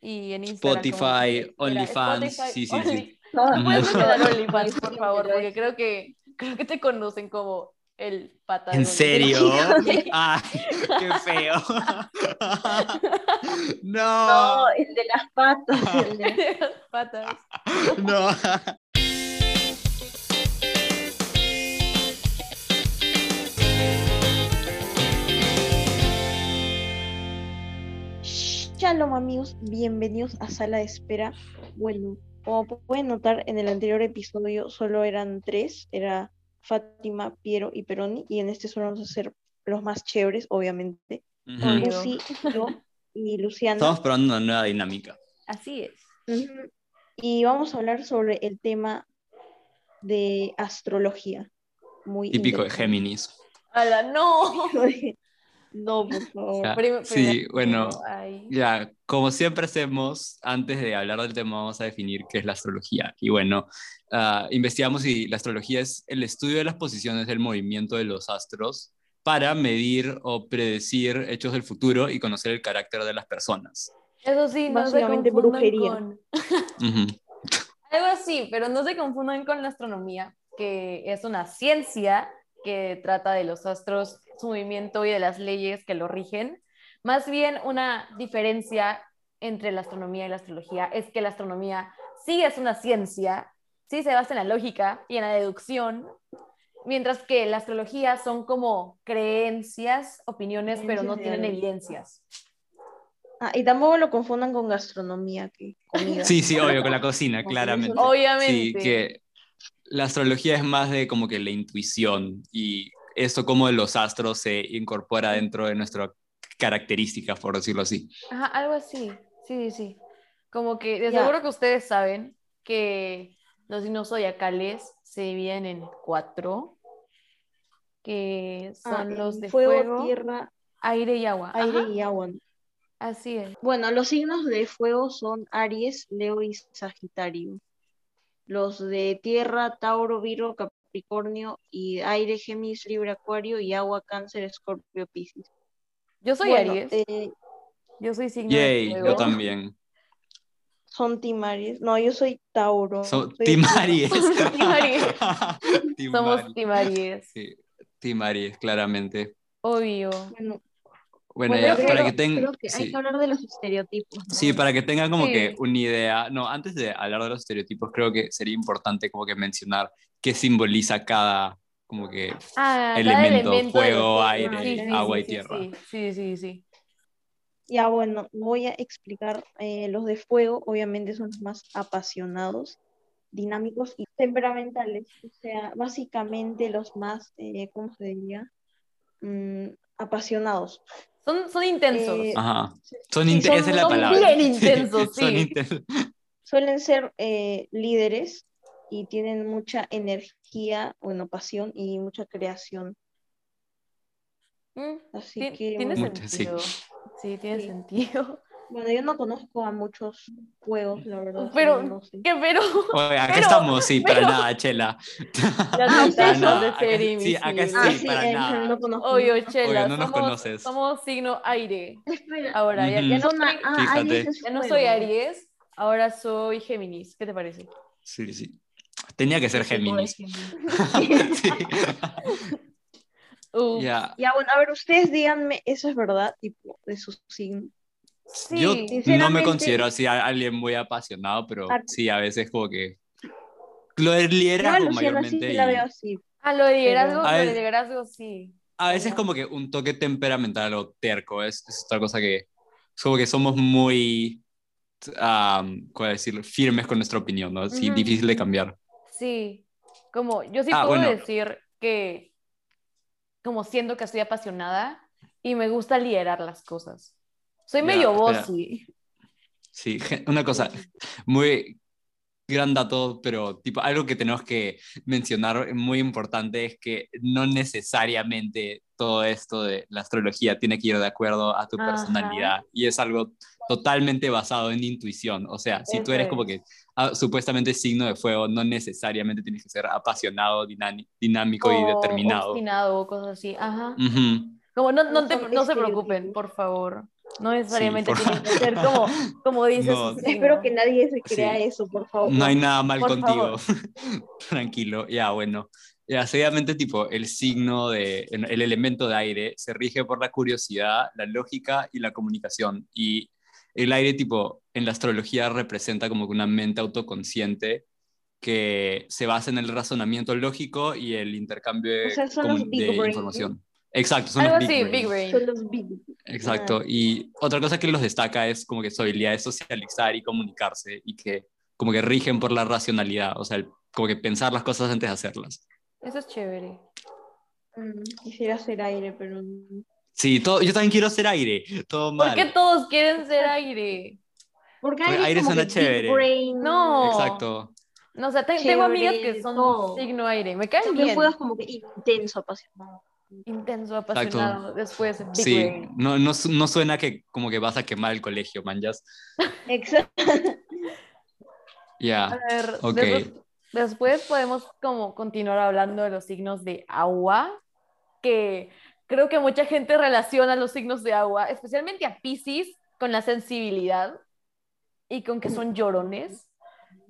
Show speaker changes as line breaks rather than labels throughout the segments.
y en Instagram.
Spotify,
como- Mira,
OnlyFans.
Spotify,
sí, sí, sí.
Only-
No,
No puedes
Ujú.
mencionar OnlyFans, por favor, porque creo que, creo que te conocen como el patadón.
¿En serio? Ay, qué feo. No,
No, el de las patas. el de-
De las patas.
no. Ah.
Shalom amigos, bienvenidos a Sala de Espera. Bueno, como pu- pueden notar, en el anterior episodio solo eran tres, era Fátima, Piero y Peroni, y en este solo vamos a ser los más chéveres, obviamente.
Ujú.
Obvio.
Lucy, yo y Luciana.
Estamos probando una nueva dinámica.
Así es.
Ujú. Y vamos a hablar sobre el tema de astrología. Muy
Típico de
interesante.
Géminis.
¡Hala, no!
No, por favor.
Ya,
Prim-
Ah, sí,
primero-
bueno.
Ay.
Ya, como siempre hacemos, antes de hablar del tema vamos a definir qué es la astrología. Y bueno, ah, investigamos y la astrología es el estudio de las posiciones del movimiento de los astros para medir o predecir hechos del futuro y conocer el carácter de las personas.
Eso sí, no se
Básicamente
confundan
brujería.
con...
Ujú.
Algo así, pero no se confundan con la astronomía, que es una ciencia que trata de los astros, su movimiento y de las leyes que lo rigen. Más bien una diferencia entre la astronomía y la astrología es que la astronomía sí es una ciencia, sí se basa en la lógica y en la deducción, mientras que la astrología son como creencias, opiniones, pero no
Creencias
tienen
reales.
evidencias.
Ah, y tampoco lo confundan con gastronomía, que comida.
Sí, sí, obvio, con la cocina, claramente. Sí,
Obviamente.
que la astrología es más de como que la intuición y eso como los astros se incorpora dentro de nuestras características, por decirlo así.
Ajá, algo así. Sí, sí, sí. Como que de
Ya.
seguro que ustedes saben que los signos zodiacales se dividen en cuatro, que son
Ah,
los
en
de
fuego,
fuego,
tierra,
aire y agua.
aire
Ajá,
y agua. ¿no?
Así es.
Bueno, los signos de fuego son Aries, Leo y Sagitario. Los de tierra, Tauro, Virgo, Capricornio y aire, Géminis, Libra, Acuario y agua, Cáncer, Escorpio, Piscis.
Yo soy
Bueno,
Aries,
eh,
yo soy signo de
Yay,
fuego.
yo también.
son Team Aries. No, yo soy Tauro.
So-
soy
Team
de tierra.
Aries.
Team Aries.
Team
Somos
Aries.
Team Aries,
Sí, Team Aries, claramente.
obvio.
Bueno,
Bueno,
Bueno,
ya,
creo-
para que
creo
tengan...
que hay
Sí.
que hablar de los estereotipos. ¿no?
Sí, para que tengan como
Sí.
que una idea, no, antes de hablar de los estereotipos, creo que sería importante como que mencionar qué simboliza cada, como que
Ah, cada
Elemento,
elemento de los
fuego,
signos.
aire,
agua y
sí,
tierra.
Sí, sí, sí, sí.
Ya, bueno, voy a explicar. eh, los de fuego, obviamente, son los más apasionados, dinámicos y temperamentales. O sea, básicamente los más, eh, ¿cómo se diría? Mm, apasionados.
Son, son intensos.
Eh,
Ajá. Son
Sí,
inte-
son-
esa es la
son
palabra.
bien intensos,
Son
sí.
inten-
Suelen ser eh, líderes y tienen mucha energía, bueno, pasión y mucha creación.
Mm,
Así
tien-
que,
tiene
bueno,
Mucho, sí.
sentido. Sí, tiene
Sí.
sentido.
bueno, yo no conozco a muchos juegos, la verdad. así
Pero,
que no sé.
¿Qué pero?
Oye, acá
Pero-
estamos, sí, para
pero-
nada, Chela.
Las
Ah, ustedes
ventajas
no.
de ser
Acá- sí, acá
invisible.
sí,
Ah, sí,
para
eh,
nada.
no conozco.
Obvio, Chela,
Oye, no nos
somos,
conoces.
somos signo aire.
Espera,
Ahora, ya, ya no,
Son a- ah,
Fíjate.
Aries es
ya no
fuego.
soy Aries, ahora soy Géminis. ¿Qué te parece?
Sí, sí. Tenía que ser
Sí, tipo de
Géminis. Sí.
Uh,
Ya.
Ya, bueno, a ver, ustedes díganme, ¿eso es verdad? Tipo, de su signo.
sí,
Yo no me
sinceramente-
considero así a- alguien muy apasionado, pero
Ah.
sí, a veces como que lo del
Yo a
liderazgo
Luciana sí
mayormente.
la
y-
veo así.
Ah, lo de liderazgo,
A
lo de
ver.
liderazgo, sí.
a veces
Ajá.
como que un toque temperamental o terco es, es otra cosa que es como que somos muy am, ¿cómo decirlo? firmes con nuestra opinión, ¿no? Sí,
Ujú.
difícil de cambiar.
Sí, como yo sí
Ah,
puedo
bueno.
decir que, como siento que estoy apasionada y me gusta liderar las cosas. Soy
Ya,
medio
espera.
bossy.
Sí, gen- una cosa muy gran dato, pero tipo algo que tenemos que mencionar muy importante es que no necesariamente todo esto de la astrología tiene que ir de acuerdo a tu
Ajá.
personalidad y es algo totalmente basado en intuición, o sea, si tú
Eso
eres
es.
como que ah, supuestamente signo de fuego, no necesariamente tienes que ser apasionado, dinani- dinámico y
o
determinado. Mm.
obstinado o cosas así. Ajá.
Ujú.
Como no, no,
No
te-
son
no se
estereotipos.
preocupen, por favor. No necesariamente
por
tiene que
favor.
ser como, como dices.
No.
Susana.
Espero que nadie se
Sí.
crea eso, por favor.
No hay nada mal
Por
contigo. Tranquilo, ya, bueno. Ya, seguidamente, tipo, el signo de, en- el elemento de aire se rige por la curiosidad, la lógica y la comunicación. Y el aire, tipo, en la astrología representa como que una mente autoconsciente que se basa en el razonamiento lógico y el intercambio de,
O sea, son los
comun-
big
de
brain.
información. Exacto, son
Algo
los big
así,
brain.
Big Brain.
Son los big.
Exacto. Y otra cosa que los destaca es como que su habilidad de socializar y comunicarse y que como que rigen por la racionalidad, o sea, el- como que pensar las cosas antes de hacerlas.
Eso es chévere.
Mm, Quisiera hacer aire, pero no.
Sí, todo, yo también quiero ser aire, todo
¿Por
mal.
qué todos quieren ser aire?
Porque
Porque
aire,
aire
es como
suena
que big
chévere.
brain.
No.
Exacto.
No, o sea, te-
Chévere,
tengo amigas que son
todo.
signo aire. Me caen
Son que
bien.
juegas como que intenso, apasionado.
Intenso, apasionado. Después, Big
Sí,
Brain.
no, no, su- no suena que como que vas a quemar el colegio, manjas.
Exacto.
A
Ya.
ver,
Ok.
después, después podemos como continuar hablando de los signos de agua, que creo que mucha gente relaciona los signos de agua, especialmente a Pisces, con la sensibilidad y con que son llorones,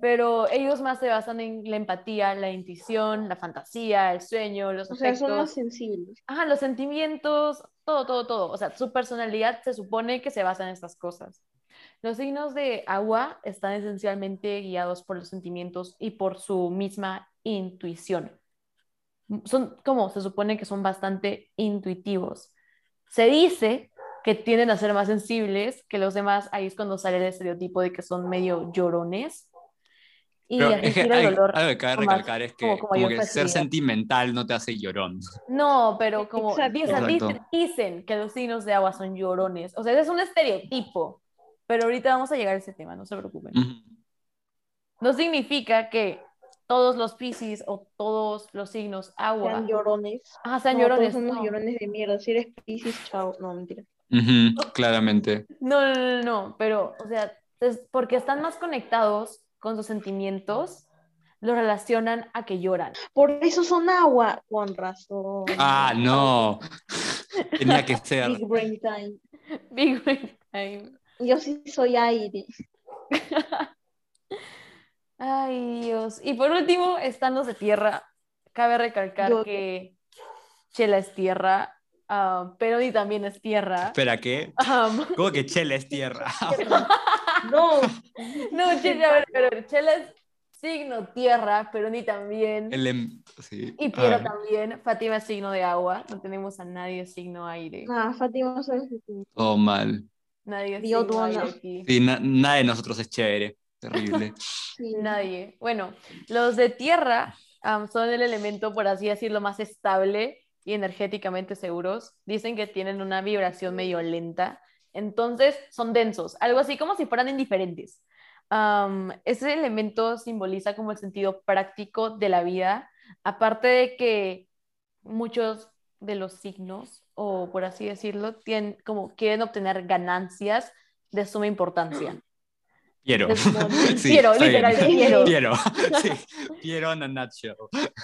pero ellos más se basan en la empatía, la intuición, la fantasía, el sueño, los
O sea, son más
afectos,
sensibles.
ajá, los sentimientos, todo, todo, todo. O sea, su personalidad se supone que se basa en estas cosas. Los signos de agua están esencialmente guiados por los sentimientos y por su misma intuición. Son como se supone que son bastante intuitivos. Se dice que tienden a ser más sensibles que los demás. Ahí es cuando sale el estereotipo de que son medio llorones. Y
Pero
así
es que
gira el
hay-
dolor.
algo que cabe
con más-
recalcar es que
como- pues,
como,
con mayor
que ser
facilidad.
sentimental no te hace llorón.
No, pero como
Exacto.
dicen, dicen,
Exacto.
dicen que los signos de agua son llorones. O sea, ese es un estereotipo. Pero ahorita vamos a llegar a ese tema, no se preocupen.
Ujú.
No significa que todos los piscis o todos los signos agua
Sean llorones.
ah, sean
No, todos
llorones.
son unos
No.
llorones de mierda. Si eres Pisces, chao. No, mentira.
Ujú, Claramente.
No, no, no, no, no, pero, o sea, es porque están más conectados con sus sentimientos, lo relacionan a que lloran.
Por eso son agua. Con razón.
Ah, no. Tenía que ser.
Big brain time.
Big Bang Time.
Yo sí soy aire.
Ay, Dios. Y por último, están los de tierra. Cabe recalcar
Yo-
que Chela es tierra, ah, Peroni también es tierra. Ah,
Espera, ¿qué?
Am,
¿Cómo que Chela es tierra?
No.
no, Chela, a ver, a ver, Chela es signo tierra, Peroni también.
El em- sí.
Y
A
Piero
ver,
también. Fátima es signo de agua. No tenemos a nadie signo aire.
Ah, Fátima, sabes que sí.
todo mal.
Nadie es
Dios
signo aire
dona.
aquí.
Sí, na- nada de nosotros es chévere. Terrible.
Sí.
Nadie. Bueno, los de tierra am, son el elemento, por así decirlo, más estable y energéticamente seguros. Dicen que tienen una vibración medio lenta, entonces son densos, algo así como si fueran indiferentes. Am, ese elemento simboliza como el sentido práctico de la vida, aparte de que muchos de los signos, o por así decirlo, tienen, como quieren obtener ganancias de suma importancia.
Piero.
Es como-
Sí,
Piero,
está bien.
literal, Piero.
Piero. Sí. Piero en a nutshell.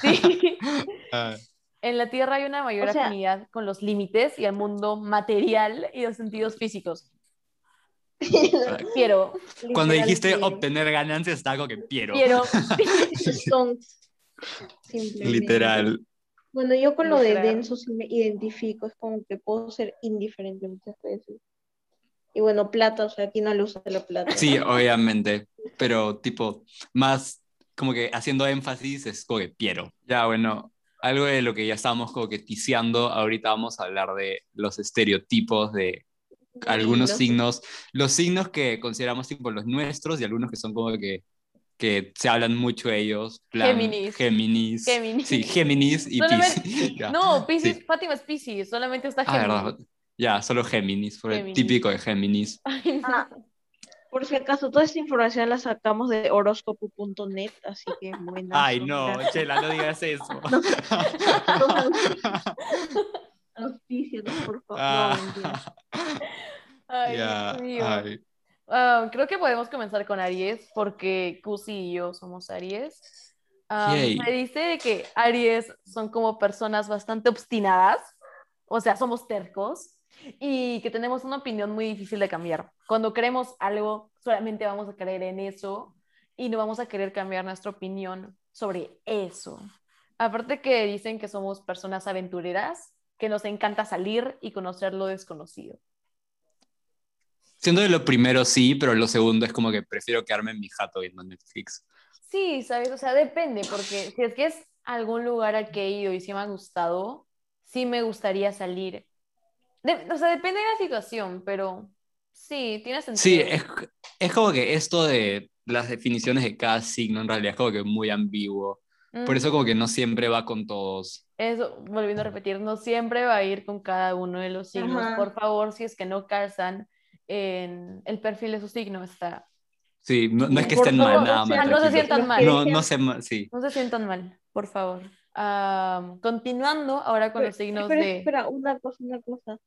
Sí.
Ah,
En la Tierra hay una mayor
O sea-
afinidad con los límites y el mundo material y los sentidos físicos. Piero,
Cuando
Literal,
dijiste
sí.
obtener ganancias, está algo que Piero.
Piero,
Son- simplemente.
Literal.
Bueno, yo con lo de
Literal.
denso sí me identifico, es como que puedo ser indiferente muchas veces. Y bueno, plata, o sea, aquí no le usa la plata.
Sí, obviamente. Pero tipo, más como que haciendo énfasis es como que Piero. Ya, bueno, algo de lo que ya estábamos como que ticiando, ahorita vamos a hablar de los estereotipos de algunos signos, los signos que consideramos tipo los nuestros y algunos que son como que, que se hablan mucho de ellos. plan
Géminis.
Géminis.
Géminis.
Sí, Géminis y
Solamente-
Piscis. ya.
no, Piscis,
Sí.
Fátima es Piscis, solamente está
Ah,
Géminis.
verdad. Ya, solo Géminis, fue
Géminis.
típico de Géminis.
Ay, no.
Ah, por si acaso, toda esta información la sacamos de horóscopo.net, así que bueno.
Ay, no, Chela, no digas eso.
por favor.
Ah.
No, mentira.
Ay,
Ya,
Dios mío.
ay.
Ah, creo que podemos comenzar con Aries, porque Cusi y yo somos Aries. Ah,
Yay.
me dice que Aries son como personas bastante obstinadas, o sea, somos tercos, y que tenemos una opinión muy difícil de cambiar. Cuando creemos algo, solamente vamos a creer en eso y no vamos a querer cambiar nuestra opinión sobre eso. Aparte que dicen que somos personas aventureras, que nos encanta salir y conocer lo desconocido.
Siendo de lo primero sí, pero lo segundo es como que prefiero quedarme en mi jato viendo Netflix.
Sí, sabes, o sea, depende, porque si es que es algún lugar al que he ido y sí me ha gustado, sí me gustaría salir. De- o sea, depende de la situación, pero sí, tiene sentido.
Sí, es, es como que esto de las definiciones de cada signo en realidad es como que muy ambiguo.
Mm,
Por eso como que no siempre va con todos.
eso, volviendo a repetir, no siempre va a ir con cada uno de los signos.
Ajá.
Por favor, si es que no calzan en el perfil de su signo, está.
Sí, no, no es que
Por
estén
favor,
mal,
o
nada
sea,
más.
no se
tranquilos.
sientan
Los
mal.
que
No,
dejen-
no se ma- sí.
No se sientan mal, por favor. Am, continuando ahora con
Pero-
los signos
espera,
de...
espera, una cosa, una cosa.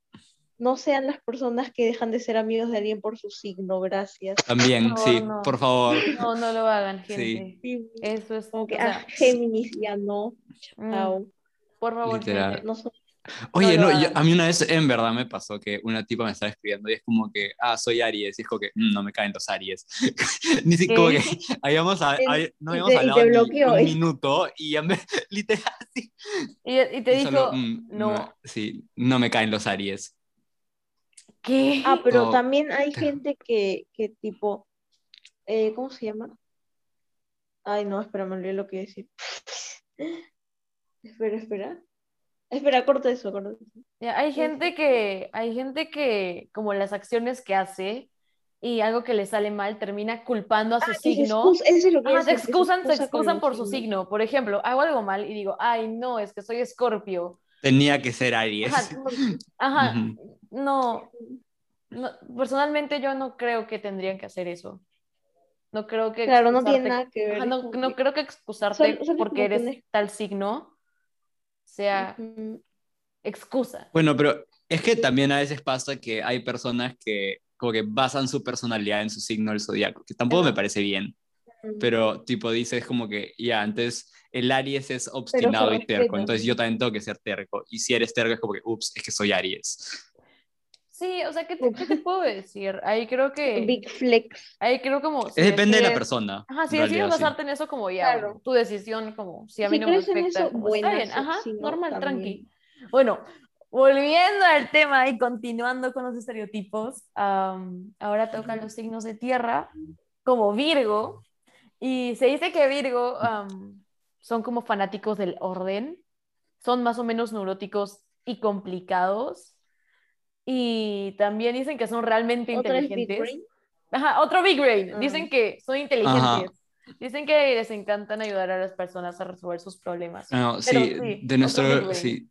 No sean las personas que dejan de ser amigos de alguien por su signo, gracias.
También,
Por favor,
sí,
no.
por favor.
No, no lo hagan,
Sí.
gente.
Sí,
Eso es...
Como que,
o sea,
ah, Géminis, ya no,
mm,
chao.
por favor,
Literal.
gente.
No son-
Oye,
No
no,
lo
yo-
hagan.
a mí una vez en verdad me pasó que una tipa me estaba escribiendo y es como que, ah, soy Aries, y es como que, "Mm, no me caen los Aries. Ni
¿Qué?
siquiera como que habíamos, a-
Y-
hay- no
y
habíamos
te- y
hablado
te
ni
bloqueó,
un
¿eh?
minuto y ya me, literal, sí.
Y, y te
Y
dijo,
solo, "Mm,
no.
Sí, no me caen los Aries.
¿qué?
Ah, pero
No.
también hay gente que, que tipo, eh, ¿cómo se llama? Ay, no, espera, me olvidé lo que iba a decir. Espera, espera. Espera, corta eso, corta eso.
Ya, hay
Sí,
gente
sí.
que, hay gente que, como las acciones que hace y algo que le sale mal, termina culpando a su
Que Ah, se
signo.
excusa- eso es lo que
Ajá,
iba a
se
decir, que
excusan, se
excusa con
excusan
los
por su
signos.
signo. Por ejemplo, hago algo mal y digo, ay, no, es que soy escorpio.
Tenía que ser Aries.
Ajá, ajá,
Ujú.
no, no, personalmente yo no creo que tendrían que hacer eso. No creo que
Claro, no
excusarte-
tiene nada que ver.
ajá,
es
no,
como
no
que-
creo que excusarte
Solo- solo
porque
como
eres
tener-
tal signo sea
Ujú.
excusa.
Bueno, pero es que también a veces pasa que hay personas que como que basan su personalidad en su signo del zodiaco, que tampoco me parece bien, pero tipo dices como que ya, antes el Aries es obstinado y terco,
respeta.
entonces yo también tengo que ser terco, y si eres terco es como que, ups, es que soy Aries.
Sí, o sea, ¿qué te, qué te puedo decir? Ahí creo que,
Big flex.
ahí creo como... si
Es depende de la
decides-
persona.
Ajá, si
en
decides
realidad, sí.
basarte en eso como ya,
Claro.
bueno, tu decisión como si a mí
Si
no me
crees en
afecta,
eso,
como, está
buenazo,
bien, ajá,
si no,
normal,
también.
tranqui. Bueno, volviendo al tema y continuando con los estereotipos, am, ahora tocan los signos de tierra como Virgo y se dice que Virgo am, son como fanáticos del orden, son más o menos neuróticos y complicados y también dicen que son realmente
Otra es Big
inteligentes.
Brain.
Ajá, otro Big Brain.
Ah.
Dicen que son inteligentes. Dicen que les encantan ayudar a las personas a resolver sus problemas.
Ah, no, sí,
Pero sí,
de
otro Big
nuestro,
Brain.
sí,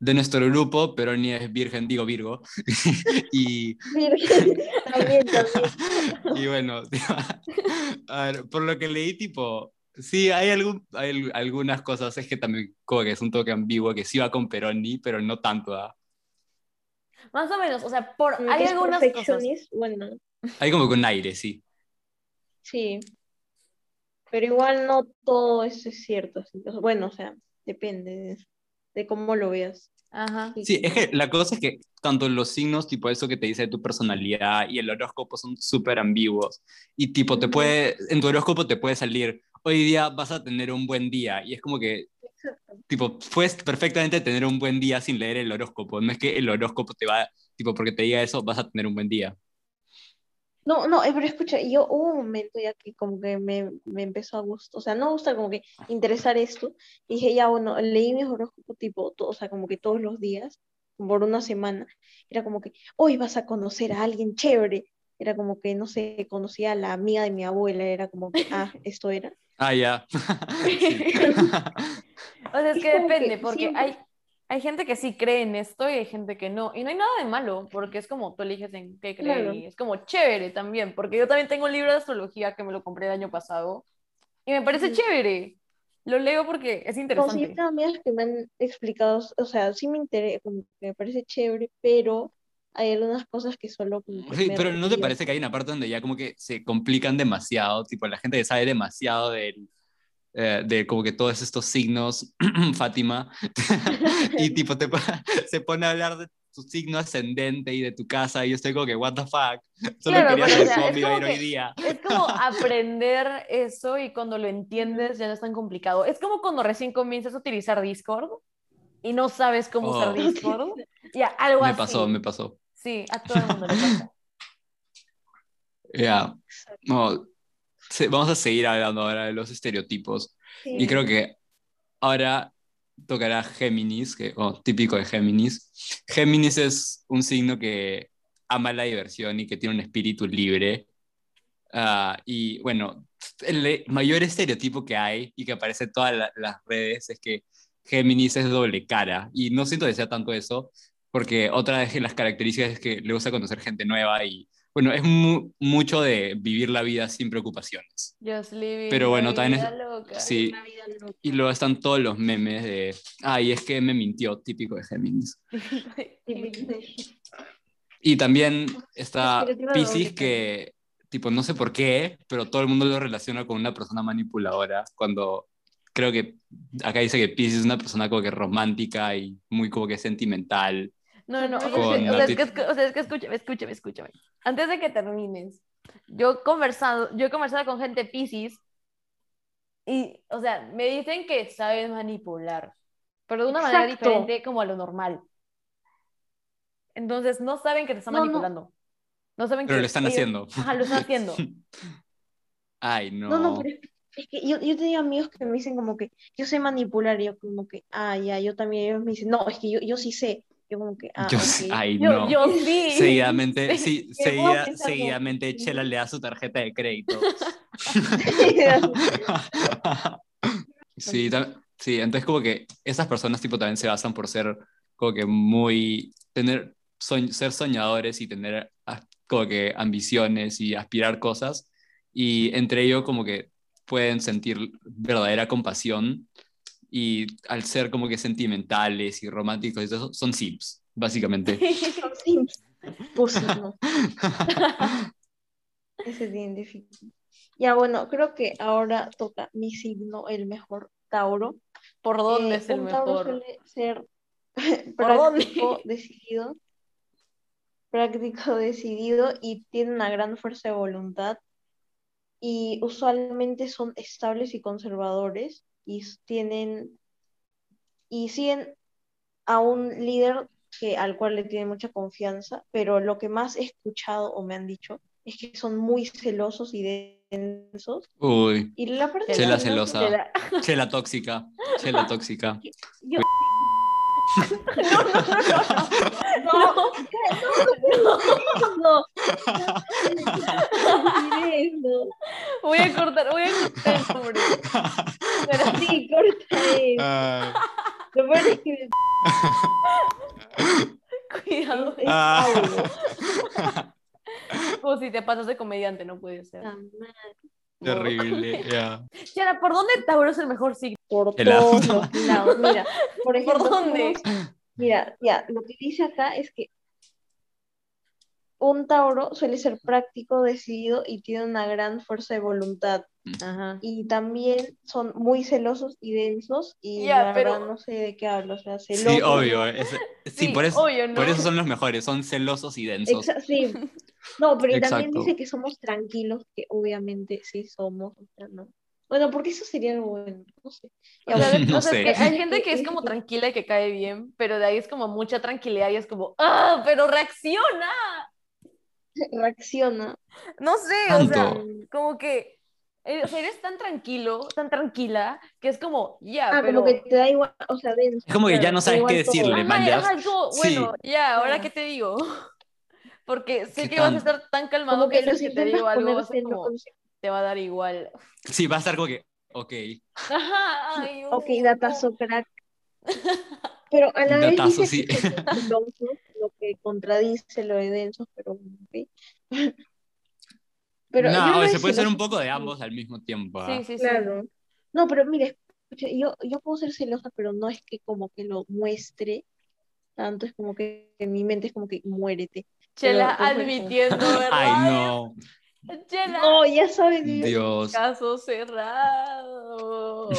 de nuestro grupo, pero ni es virgen, digo Virgo, y...
Virgen. también, también.
Y bueno, a ver, por lo que leí, tipo, sí, hay, algún, hay al- algunas cosas, es que también como que es un toque ambiguo, que sí va con Peroni, pero no tanto, ¿ah?
Más o menos, o sea, por,
Mm,
hay
es
algunas cosas.
perfeccionist, Bueno,
Hay como que un aire, sí.
sí. Pero igual no todo eso es cierto. así que, Bueno, o sea, depende de, de cómo lo veas.
Ajá.
Sí, es que la cosa es que tanto los signos, tipo eso que te dice de tu personalidad y el horóscopo son súper ambiguos. Y tipo, te
Ujú.
puede, en tu horóscopo te puede salir, hoy día vas a tener un buen día. Y es como que, tipo, puedes perfectamente tener un buen día sin leer el horóscopo. No es que el horóscopo te va, tipo, porque te diga eso, vas a tener un buen día.
No, no, eh, pero escucha, yo hubo un momento ya que como que me, me empezó a gustar, o sea, no gusta como que interesar esto, y dije, ya, bueno, leí mi horóscopo tipo, to- o sea, como que todos los días, por una semana, era como que, hoy vas a conocer a alguien chévere, era como que, no sé, conocía a la amiga de mi abuela, era como que, ah, esto era.
Ah, ya. Sí.
O sea, es
Es
que
como que
depende, porque
siempre-
hay, hay gente que sí cree en esto y hay gente que no. Y no hay nada de malo, porque es como tú eliges en qué creer.
Claro.
y es como chévere también, porque yo también tengo un libro de astrología que me lo compré el año pasado y me parece
Ujú.
chévere. Lo leo porque es interesante.
Considero amigas que me han explicado, o sea, sí me interesa, como que me parece chévere, pero hay algunas cosas que solo como que
Sí,
me
pero ¿no te
retían.
parece que hay una parte donde ya como que se complican demasiado? Tipo, la gente que sabe demasiado del, eh, de como que todos estos signos, Fátima, y tipo te, po- se pone a hablar de tu signo ascendente y de tu casa, y yo estoy como que, what the fuck, solo
Claro,
quería
pero,
ser
o sea, es
zombie va a ir
como
hoy
que-
día.
Es como aprender eso y cuando lo entiendes ya no es tan complicado. Es como cuando recién comienzas a utilizar Discord y no sabes cómo
Oh.
usar Discord. Ya, algo
Me
así.
pasó, me pasó.
Sí, a todo el mundo le pasa.
Ya, no, se- vamos a seguir hablando ahora de los estereotipos.
Sí.
Y creo que ahora tocará Géminis, que, oh, típico de Géminis. Géminis es un signo que ama la diversión y que tiene un espíritu libre. Ah, y bueno, el mayor estereotipo que hay y que aparece en todas la- las redes es que Géminis es doble cara. Y no siento que sea tanto eso, porque otra de las características es que le gusta conocer gente nueva y, bueno, es mu- mucho de vivir la vida sin preocupaciones.
Just living
Pero
la
bueno, también
vida
es-
loca.
Sí,
Una vida loca.
y luego están todos los memes de, ay, es que me mintió, típico de Géminis. Y también está
Estereotipo de
Pisces
doble cara.
que, tipo, no sé por qué, pero todo el mundo lo relaciona con una persona manipuladora, cuando creo que acá dice que Pisces es una persona como que romántica y muy como que sentimental.
No, no, o sea,
Con
es que- o
la
sea, es
tit-
que, escu- o sea, es que escúchame, escúchame, escúchame. Antes de que termines, yo he conversado, yo he conversado con gente Piscis y, o sea, me dicen que saben manipular, pero de una manera
Exacto.
diferente como a lo normal. Entonces, no saben que te están
No, no.
manipulando. No. saben
Pero
que
lo están
ellos-
haciendo.
Ajá, lo están haciendo.
Ay, no.
No, no, pero es- es que yo, yo he tenido amigos que me dicen como que yo sé manipular, y yo como que, ah, ya, yo también, ellos me dicen, no, es que yo, yo sí sé, yo como que, ah,
Yo sí-
ok.
ay,
Yo,
no.
yo sí.
Seguidamente, sí,
Llegó a
seguida-
pensarlo.
seguidamente Chela le da su tarjeta de crédito. sí, tam- sí, entonces como que esas personas tipo también se basan por ser como que muy, tener, soñ- ser soñadores y tener as- como que ambiciones y aspirar cosas y entre ello como que pueden sentir verdadera compasión y al ser como que sentimentales y románticos y todo eso, son sims, básicamente.
Son Sims. Pusis, pues, no. Ese te identifica. Ya, bueno, creo que ahora toca mi signo, el mejor Tauro.
¿Por dónde
Eh,
es el
un Tauro
mejor?
suele ser
dónde?
práctico, decidido, práctico, decidido y tiene una gran fuerza de voluntad y usualmente son estables y conservadores y s- tienen y siguen a un líder que al cual le tiene mucha confianza, pero lo que más he escuchado o me han dicho es que son muy celosos y densos
Uy,
y la parte
Chela
de celosos-
celosa. chela tóxica, chela tóxica.
yo-
No,
no, no diré eso.
voy a cortar, voy a cortar el nombre.
Pero sí, corta eso.
Ay.
Lo peor es que es-
Cuidado.
es
Ah.
Tauro.
Como si te pasas de comediante, no puede ser.
Ah, madre.
Terrible, ya.
Chara, ¿por dónde Tauro es el mejor signo?
Por
El auto.
todos los lados. Mira, por ejemplo,
dónde?
todos- mira, ya, lo que dice acá es que un Tauro suele ser práctico, decidido y tiene una gran fuerza de voluntad.
Ajá.
Y también son muy celosos y densos. Y
Ya,
la
pero-
verdad no sé de qué hablo. O sea, celosos.
Sí, obvio. es- sí, por, eso,
obvio, ¿no?
por eso son los mejores, son celosos y densos.
Exa- sí. No, pero y también
Exacto.
dice que somos tranquilos, que obviamente sí somos, o sea, no. Bueno, porque eso sería lo bueno, no sé. Ya,
O sea,
bueno,
de-
No
o sea, es
sé.
que hay gente que es como tranquila y que cae bien, pero de ahí es como mucha tranquilidad y es como, ¡ah! ¡Pero reacciona!
reacciona.
No sé, o sea,
Tanto.
como que. eh, O sea, eres tan tranquilo, tan tranquila, que es como, ya,
Ah,
pero.
como que te da igual, o sea, denso.
Es como que ya
claro,
no
te da
sabes
igual
qué
todo.
decirle,
Ajá,
man.
y
ya.
ajá, es como,
Sí.
bueno, ya, ahora
Ah.
qué te digo. Porque sé
¿Qué
que vas a
tan-
estar tan calmado
Como que
que,
los
si te
intentas
digo algo,
poner
vas a ser como,
celosos.
te va a dar igual.
Sí, va a estar como que, ok,
Ajá, ay,
Ok,
uy,
datazo crack. Pero a la vez
Datazo,
dice
sí.
que son celosos, lo que contradice lo de densos, pero ok. Pero yo
no,
lo de
se puede ser un
celosos-
poco de ambos al mismo tiempo. ¿ah?
Sí, sí, sí.
Claro. No, pero mira, escucha, yo, yo puedo ser celosa, pero no es que como que lo muestre tanto, es como que en mi mente es como que muérete.
Chela
Pero- pues, pero-
admitiendo, ¿verdad?
Ay, no,
Chela,
No, ya sabes, yo-
Dios,
caso cerrado.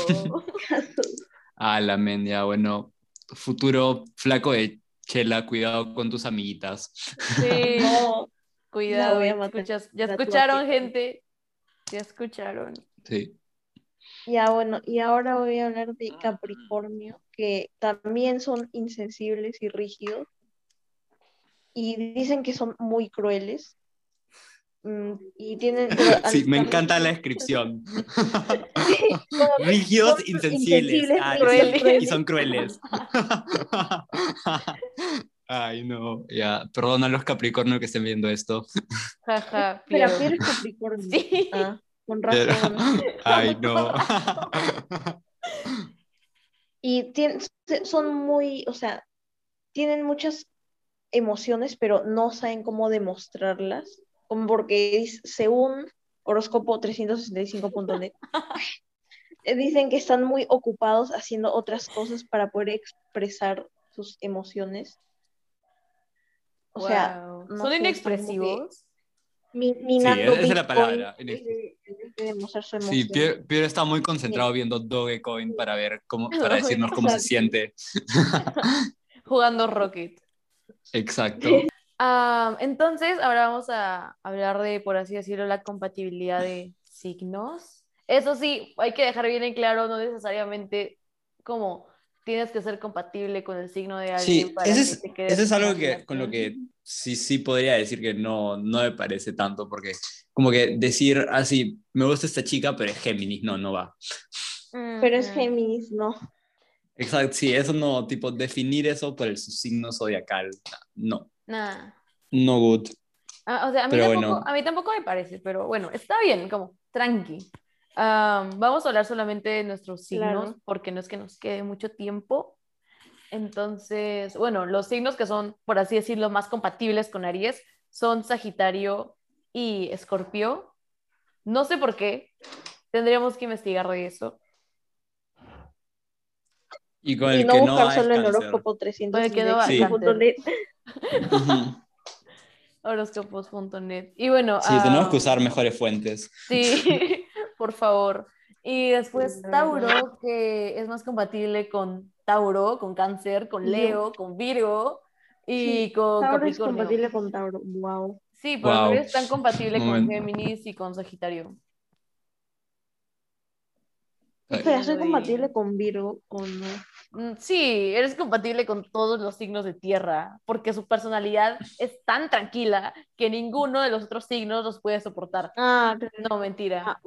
a la mendia, bueno, futuro flaco de Chela, cuidado con tus amiguitas.
Sí,
No,
cuidado.
La voy a
ya
matar.
escuchas- ya
La
escucharon,
tuve.
gente. Ya escucharon.
Sí.
ya bueno, y ahora voy a hablar de
Ah.
Capricornio, que también son insensibles y rígidos. Y dicen que son muy crueles. Mm, y tienen. pero al-
Sí, me
también-
encanta la descripción.
Sí, como-
Rígidos,
Son
insensibles.
insensibles,
Ay,
crueles.
Y son crueles. Ay, no. Ya, perdona a los Capricornio que estén viendo esto.
Jaja.
Pero
Piero.
Piero es Capricornio.
Sí.
Ah, con
Pero-
razón.
Ay, no.
Y tien- se- son muy, o sea, tienen muchas emociones, pero no saben cómo demostrarlas. Como porque dis- según horóscopo 365.net, eh, dicen que están muy ocupados haciendo otras cosas para poder expresar sus emociones. O sea,
Wow.
no
son
sé,
inexpresivos.
mi-
esa
minando
es la
Bitcoin
palabra, este
en vez de- en vez de demostrar su
Sí,
emoción.
Pier- Piero está muy concentrado viendo Dogecoin para ver cómo, para decirnos cómo se
Exacto.
siente.
Jugando Rocket.
Exacto.
Ah, entonces, ahora vamos a hablar de, por así decirlo, la compatibilidad de signos. Eso sí, hay que dejar bien en claro, no necesariamente como tienes que ser compatible con el signo de alguien
Sí,
para
eso
que
es,
te quedes
eso es
con
algo
la
que, con lo
relación.
que sí, sí podría decir que no, no me parece tanto, porque como que decir así, me gusta esta chica, pero es Géminis, no, no va.
Pero es
Ujú.
Géminis, no.
Exacto, sí, eso no, tipo, definir eso por el su signo zodiacal, no,
Nah.
no good.
Ah, o sea, a mí,
Pero
tampoco,
bueno.
a mí tampoco me parece, pero bueno, está bien, como tranqui. Am, vamos a hablar solamente de nuestros signos,
Claro.
porque no es que nos quede mucho tiempo. Entonces, bueno, los signos que son, por así decirlo, más compatibles con Aries son Sagitario y Escorpio. No sé por qué, tendríamos que investigar de eso.
Y con
Y
el
no
que no
buscar
va es
solo en
cáncer.
horóscopo
va es cáncer.
365.net.
Ujú.
Horóscopos.net. Y bueno,
Ah.
Sí, tenemos
am,
que usar mejores fuentes.
Sí, por favor. Y después
la
Tauro, que es más compatible con Tauro, con Cáncer, con
Yo.
Leo, con Virgo y
Sí,
con
Tauro es
Capricornio.
compatible con Tauro. Wow.
Sí, pero no
Wow.
eres tan compatible con
Momento.
Géminis y con Sagitario.
Ay.
Espera, soy
Uy.
compatible con Virgo o no.
Mm, Sí, eres compatible con todos los signos de tierra, porque su personalidad es tan tranquila que ninguno de los otros signos los puede soportar.
Ah, claro.
No, mentira.
Ah,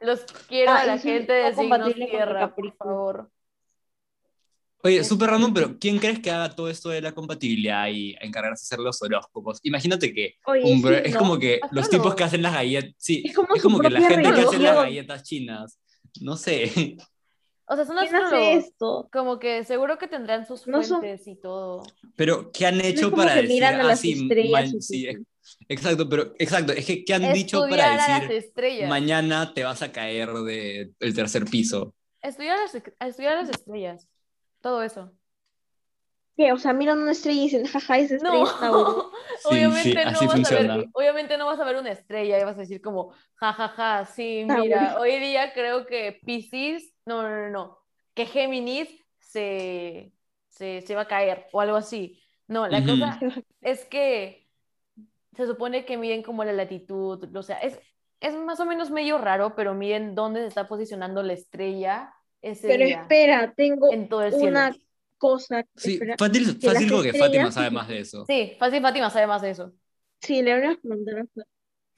Los quiero
Ah,
a la
y sí,
gente de
está
signos
compatible con
tierra, por
Capricornio.
favor.
Oye, súper random, pero ¿quién crees que haga todo esto de la compatibilidad y encargarse de hacer los horóscopos? Imagínate que
Oye,
un bro-
sí,
es
¿no?
como que los
Astrólogos.
tipos que hacen las galletas, sí,
Es como
es
su
como que la
propia
gente que hace las
religión.
galletas chinas, no sé.
O sea, son
¿Quién hace
astrólogos.
esto?
Como que seguro que tendrán sus
No son-
fuentes y todo.
Pero ¿qué han hecho
como
para
que
decir
miran a las
así?
estrellas
man-
y
sí, eh".
todo.
ex- exacto, pero exacto, es que ¿qué han dicho
Estudiar
para
a las
decir
estrellas.
mañana te vas a caer del tercer piso?
Estudiar, las, estudiar las estrellas. Todo eso.
¿Qué? O sea, miran una estrella y dicen, jaja, esa estrella
No.
es Tauro.
obviamente,
sí, así
no vas a
funciona.
ver, obviamente no vas a ver una estrella y vas a decir como, jajaja, sí,
Tauro.
mira, hoy día creo que Piscis, no, no, no, no, que Géminis se, se, se va a caer o algo así. No, la
Ujú.
cosa es que se supone que miden como la latitud, o sea, es, es más o menos medio raro, pero miren dónde se está posicionando la estrella ese
Pero
día
espera, tengo
en todo el cielo.
una cosa.
Sí,
espera.
fácil,
que las
fácil porque
estrellas-
Fátima sabe más de eso.
Sí, Fácil Fátima sabe más de eso.
Sí, le voy a preguntar. a Fer.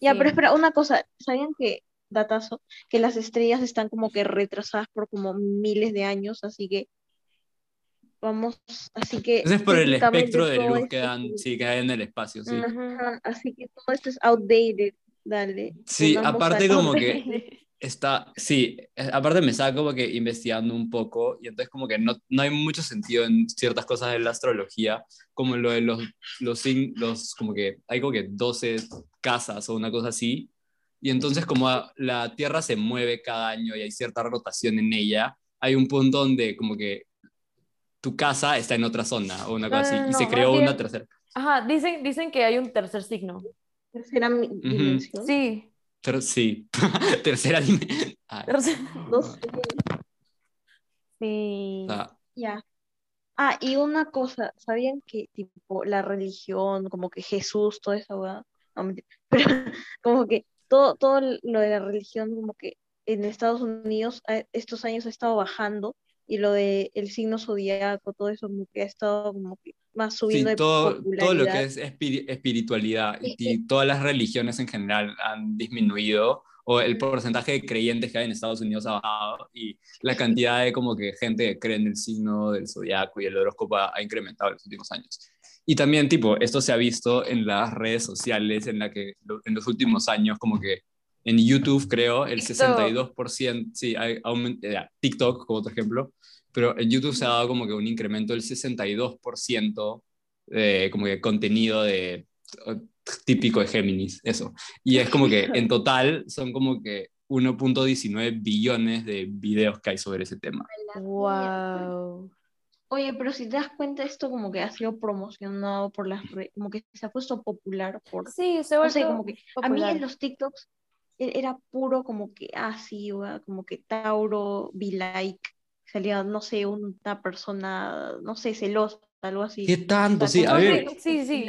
Ya,
Sí.
pero espera, una cosa, ¿sabían que, datazo, que las estrellas están como que retrasadas por como miles de años? Así que vamos, así que
Eso es por el
técnicamente
espectro de
todo
luz
esto
que dan,
es-
sí, que hay en el espacio, sí.
Ujú.
ajá, así que todo esto es outdated, dale.
Sí,
volvamos
aparte
al-
como que está, sí, eh, aparte me estaba como que investigando un poco y entonces como que no, no hay mucho sentido en ciertas cosas de la astrología, como lo de los, los, sign- los como que hay como que 12 casas o una cosa así, y entonces como a- la Tierra se mueve cada año y hay cierta rotación en ella, hay un punto donde como que tu casa está en otra zona o una cosa
No,
así,
no,
y
Ah, no,
se
más
creó
bien-
una tercera,
Ajá, dicen, dicen que hay un tercer signo.
Tercera mi- dimensión.
Sí,
ter- sí, tercera ah, dimensión.
tercer-
No sé,
Ah.
Sí.
ya. Ah, y una cosa, ¿sabían que tipo la religión, como que Jesús, toda esa hueá? No, mentira. pero como que todo, todo lo de la religión, como que en Estados Unidos a- estos años ha estado bajando y lo de el signo zodiaco, todo eso como que ha estado como que más
Sí,
subiendo de
todo, todo lo que
popularidad.
es espiri- espiritualidad y,
Es que-
y todas las religiones en general han disminuido o el
Mm.
porcentaje de creyentes que hay en Estados Unidos ha bajado y la
Es que-
cantidad de como que gente que cree en el signo del zodiaco y el horóscopo ha ha incrementado en los últimos años. Y también tipo, esto se ha visto en las redes sociales en la que lo- en los últimos años como que en YouTube creo el
TikTok.
62%, sí, hay, aument- eh, TikTok como otro ejemplo, pero en YouTube se ha dado como que un incremento del 62% de eh, como que contenido de típico de Géminis, eso. Y es como que en total son como que 1.19 billones de videos que hay sobre ese tema.
Wow.
Oye, pero si te das cuenta, esto como que ha sido promocionado por las redes, como que se ha puesto popular por,
Sí, se ha
pues. no sé,
vuelto
como que a mí
popular.
en los TikToks e- era puro como que ah, así, como que Tauro, be like, salía, no sé, una persona, no sé, celosa, algo así.
¿Qué tanto? Sí, a
No sé,
ver,
sí, sí.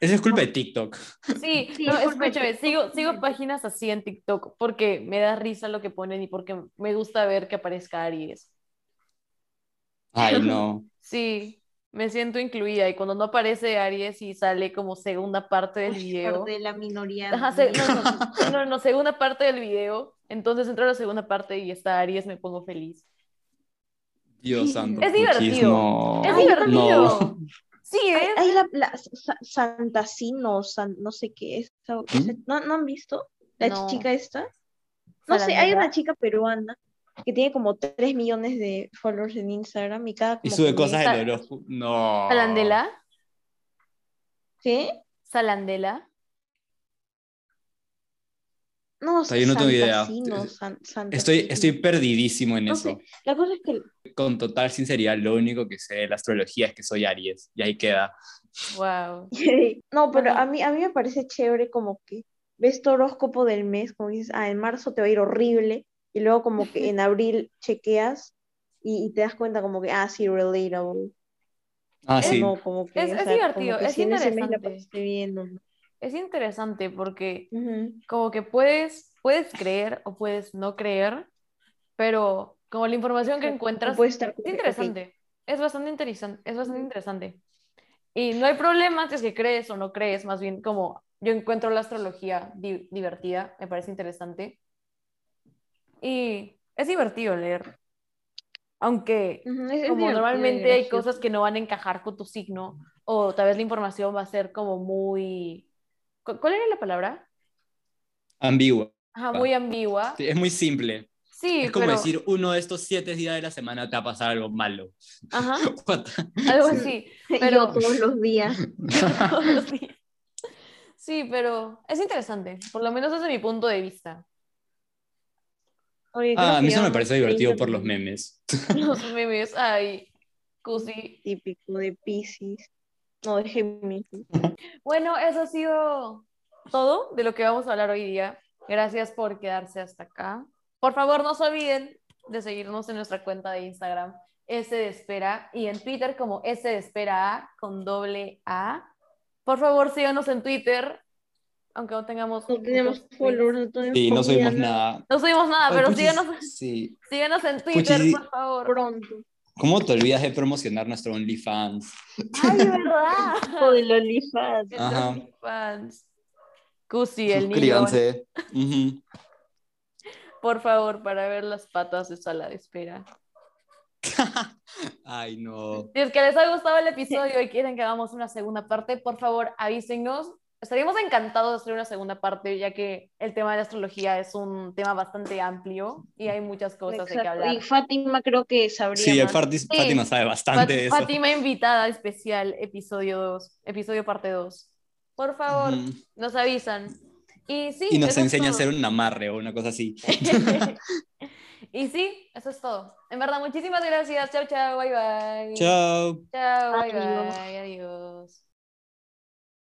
eso es culpa de TikTok.
Sí,
Sí,
no,
es correcto,
escúchame,
es
sigo,
correcto.
sigo páginas así en TikTok porque me da risa lo que ponen y porque me gusta ver que aparezca Aries.
Ay, no.
Sí, me siento incluida y cuando no aparece Aries y sale como segunda parte del video.
de la minoría.
Ajá, se- no, no, no, no, no, segunda parte del video. Entonces entro a la segunda parte y está Aries, me pongo feliz.
Dios santo.
Es divertido.
puchis, no.
Es
Ay,
divertido.
no.
Sí, ¿eh?
Hay,
¿ves?
hay la, la sa- Santacino, San- no sé qué es. esa- esa- ¿No, ¿No han visto? La
No.
chica esta. No sé, hay
Salamandra.
una chica peruana que tiene como 3 millones de followers en Instagram y cada
Y
como
sube
que
cosas
mes-
Sal-
del horóscopo. No.
Salandela.
¿Qué?
Salandela.
No,
sea, yo no tengo idea.
Santacino, San-
Estoy,
Santacino.
estoy perdidísimo en
No
eso.
sé, la cosa es que
Con total sinceridad, lo único que sé de la astrología es que soy Aries. Y ahí queda.
Wow.
No, pero
Ajá.
a mí, a mí me parece chévere como que ves tu horóscopo del mes, como dices, ah, en marzo te va a ir horrible, y luego como que en abril chequeas y, y te das cuenta como que, ah, sí, relatable.
Ah, sí.
No, como que,
Es-
o
es
sea,
divertido,
como que
es
si en ese mes la
interesante.
pasaste bien. ¿no?
Es interesante porque
Ujú.
como que puedes, puedes creer o puedes no creer, pero como la información que
Exacto.
encuentras
Puede estar como
es
que, ok,
interesante. Es bastante interesante, es bastante interesante. Y no hay problema si es que crees o no crees, más bien como yo encuentro la astrología di- divertida, me parece interesante. Y es divertido leer. Aunque
ujú, es- es
como
divertido y
normalmente hay
gracioso.
cosas que no van a encajar con tu signo o tal vez la información va a ser como muy... ¿cu- ¿Cuál era la palabra?
Ambigua.
Ajá, muy ambigua.
Ah, Sí, Es muy simple.
Sí,
Es como
pero...
decir, uno de estos siete días de la semana te va a pasar algo malo.
Ajá,
What the-
algo así.
Yo
Pero-
todos los días.
todos los días. Sí, pero es interesante, por lo menos desde mi punto de vista.
Oye, creo
ah, a mí
que
eso me
llevamos
parece divertido
30
por los
minutos.
memes.
Los memes, ay, Cusi.
Típico de Piscis. No, de Géminis.
Bueno, eso ha sido todo de lo que vamos a hablar hoy día. Gracias por quedarse hasta acá. Por favor, no se olviden de seguirnos en nuestra cuenta de Instagram, S de Espera, y en Twitter como S de Espera A con doble A. Por favor, síganos en Twitter, aunque no tengamos.
No tenemos
muchos tweets.
followers, no tenemos
Sí, no
comida,
subimos nada.
No subimos nada,
Ay,
Ah, pero
puchis,
síganos,
Sí.
síganos en Twitter,
Puchis,
por favor.
Pronto.
¿Cómo te olvidas de promocionar nuestro OnlyFans?
¡Ay, verdad!
O del OnlyFans.
Nuestros
Ajá.
fans. Cusi, el niño.
Suscríbanse. Ujú.
Por favor, para ver las patas de sala de espera.
Ay, no.
Si es que les ha gustado el episodio y quieren que hagamos una segunda parte, por favor avísenos. Estaríamos encantados de hacer una segunda parte, ya que el tema de la astrología es un tema bastante amplio y hay muchas cosas de que
Exacto.
hablar.
Y Fátima creo que sabría
Sí,
más.
Fati- Fátima sabe bastante de
Fat-
eso.
Fátima invitada especial, episodio 2, episodio parte 2. Por favor,
Ujú.
nos avisan. Y sí,
Y nos
eso es
enseña a
todo.
hacer un amarre o una cosa así.
y sí, eso es todo. En verdad, muchísimas gracias. Chao, chao, bye bye.
Chao.
Chao, bye
Adiós.
bye. Adiós.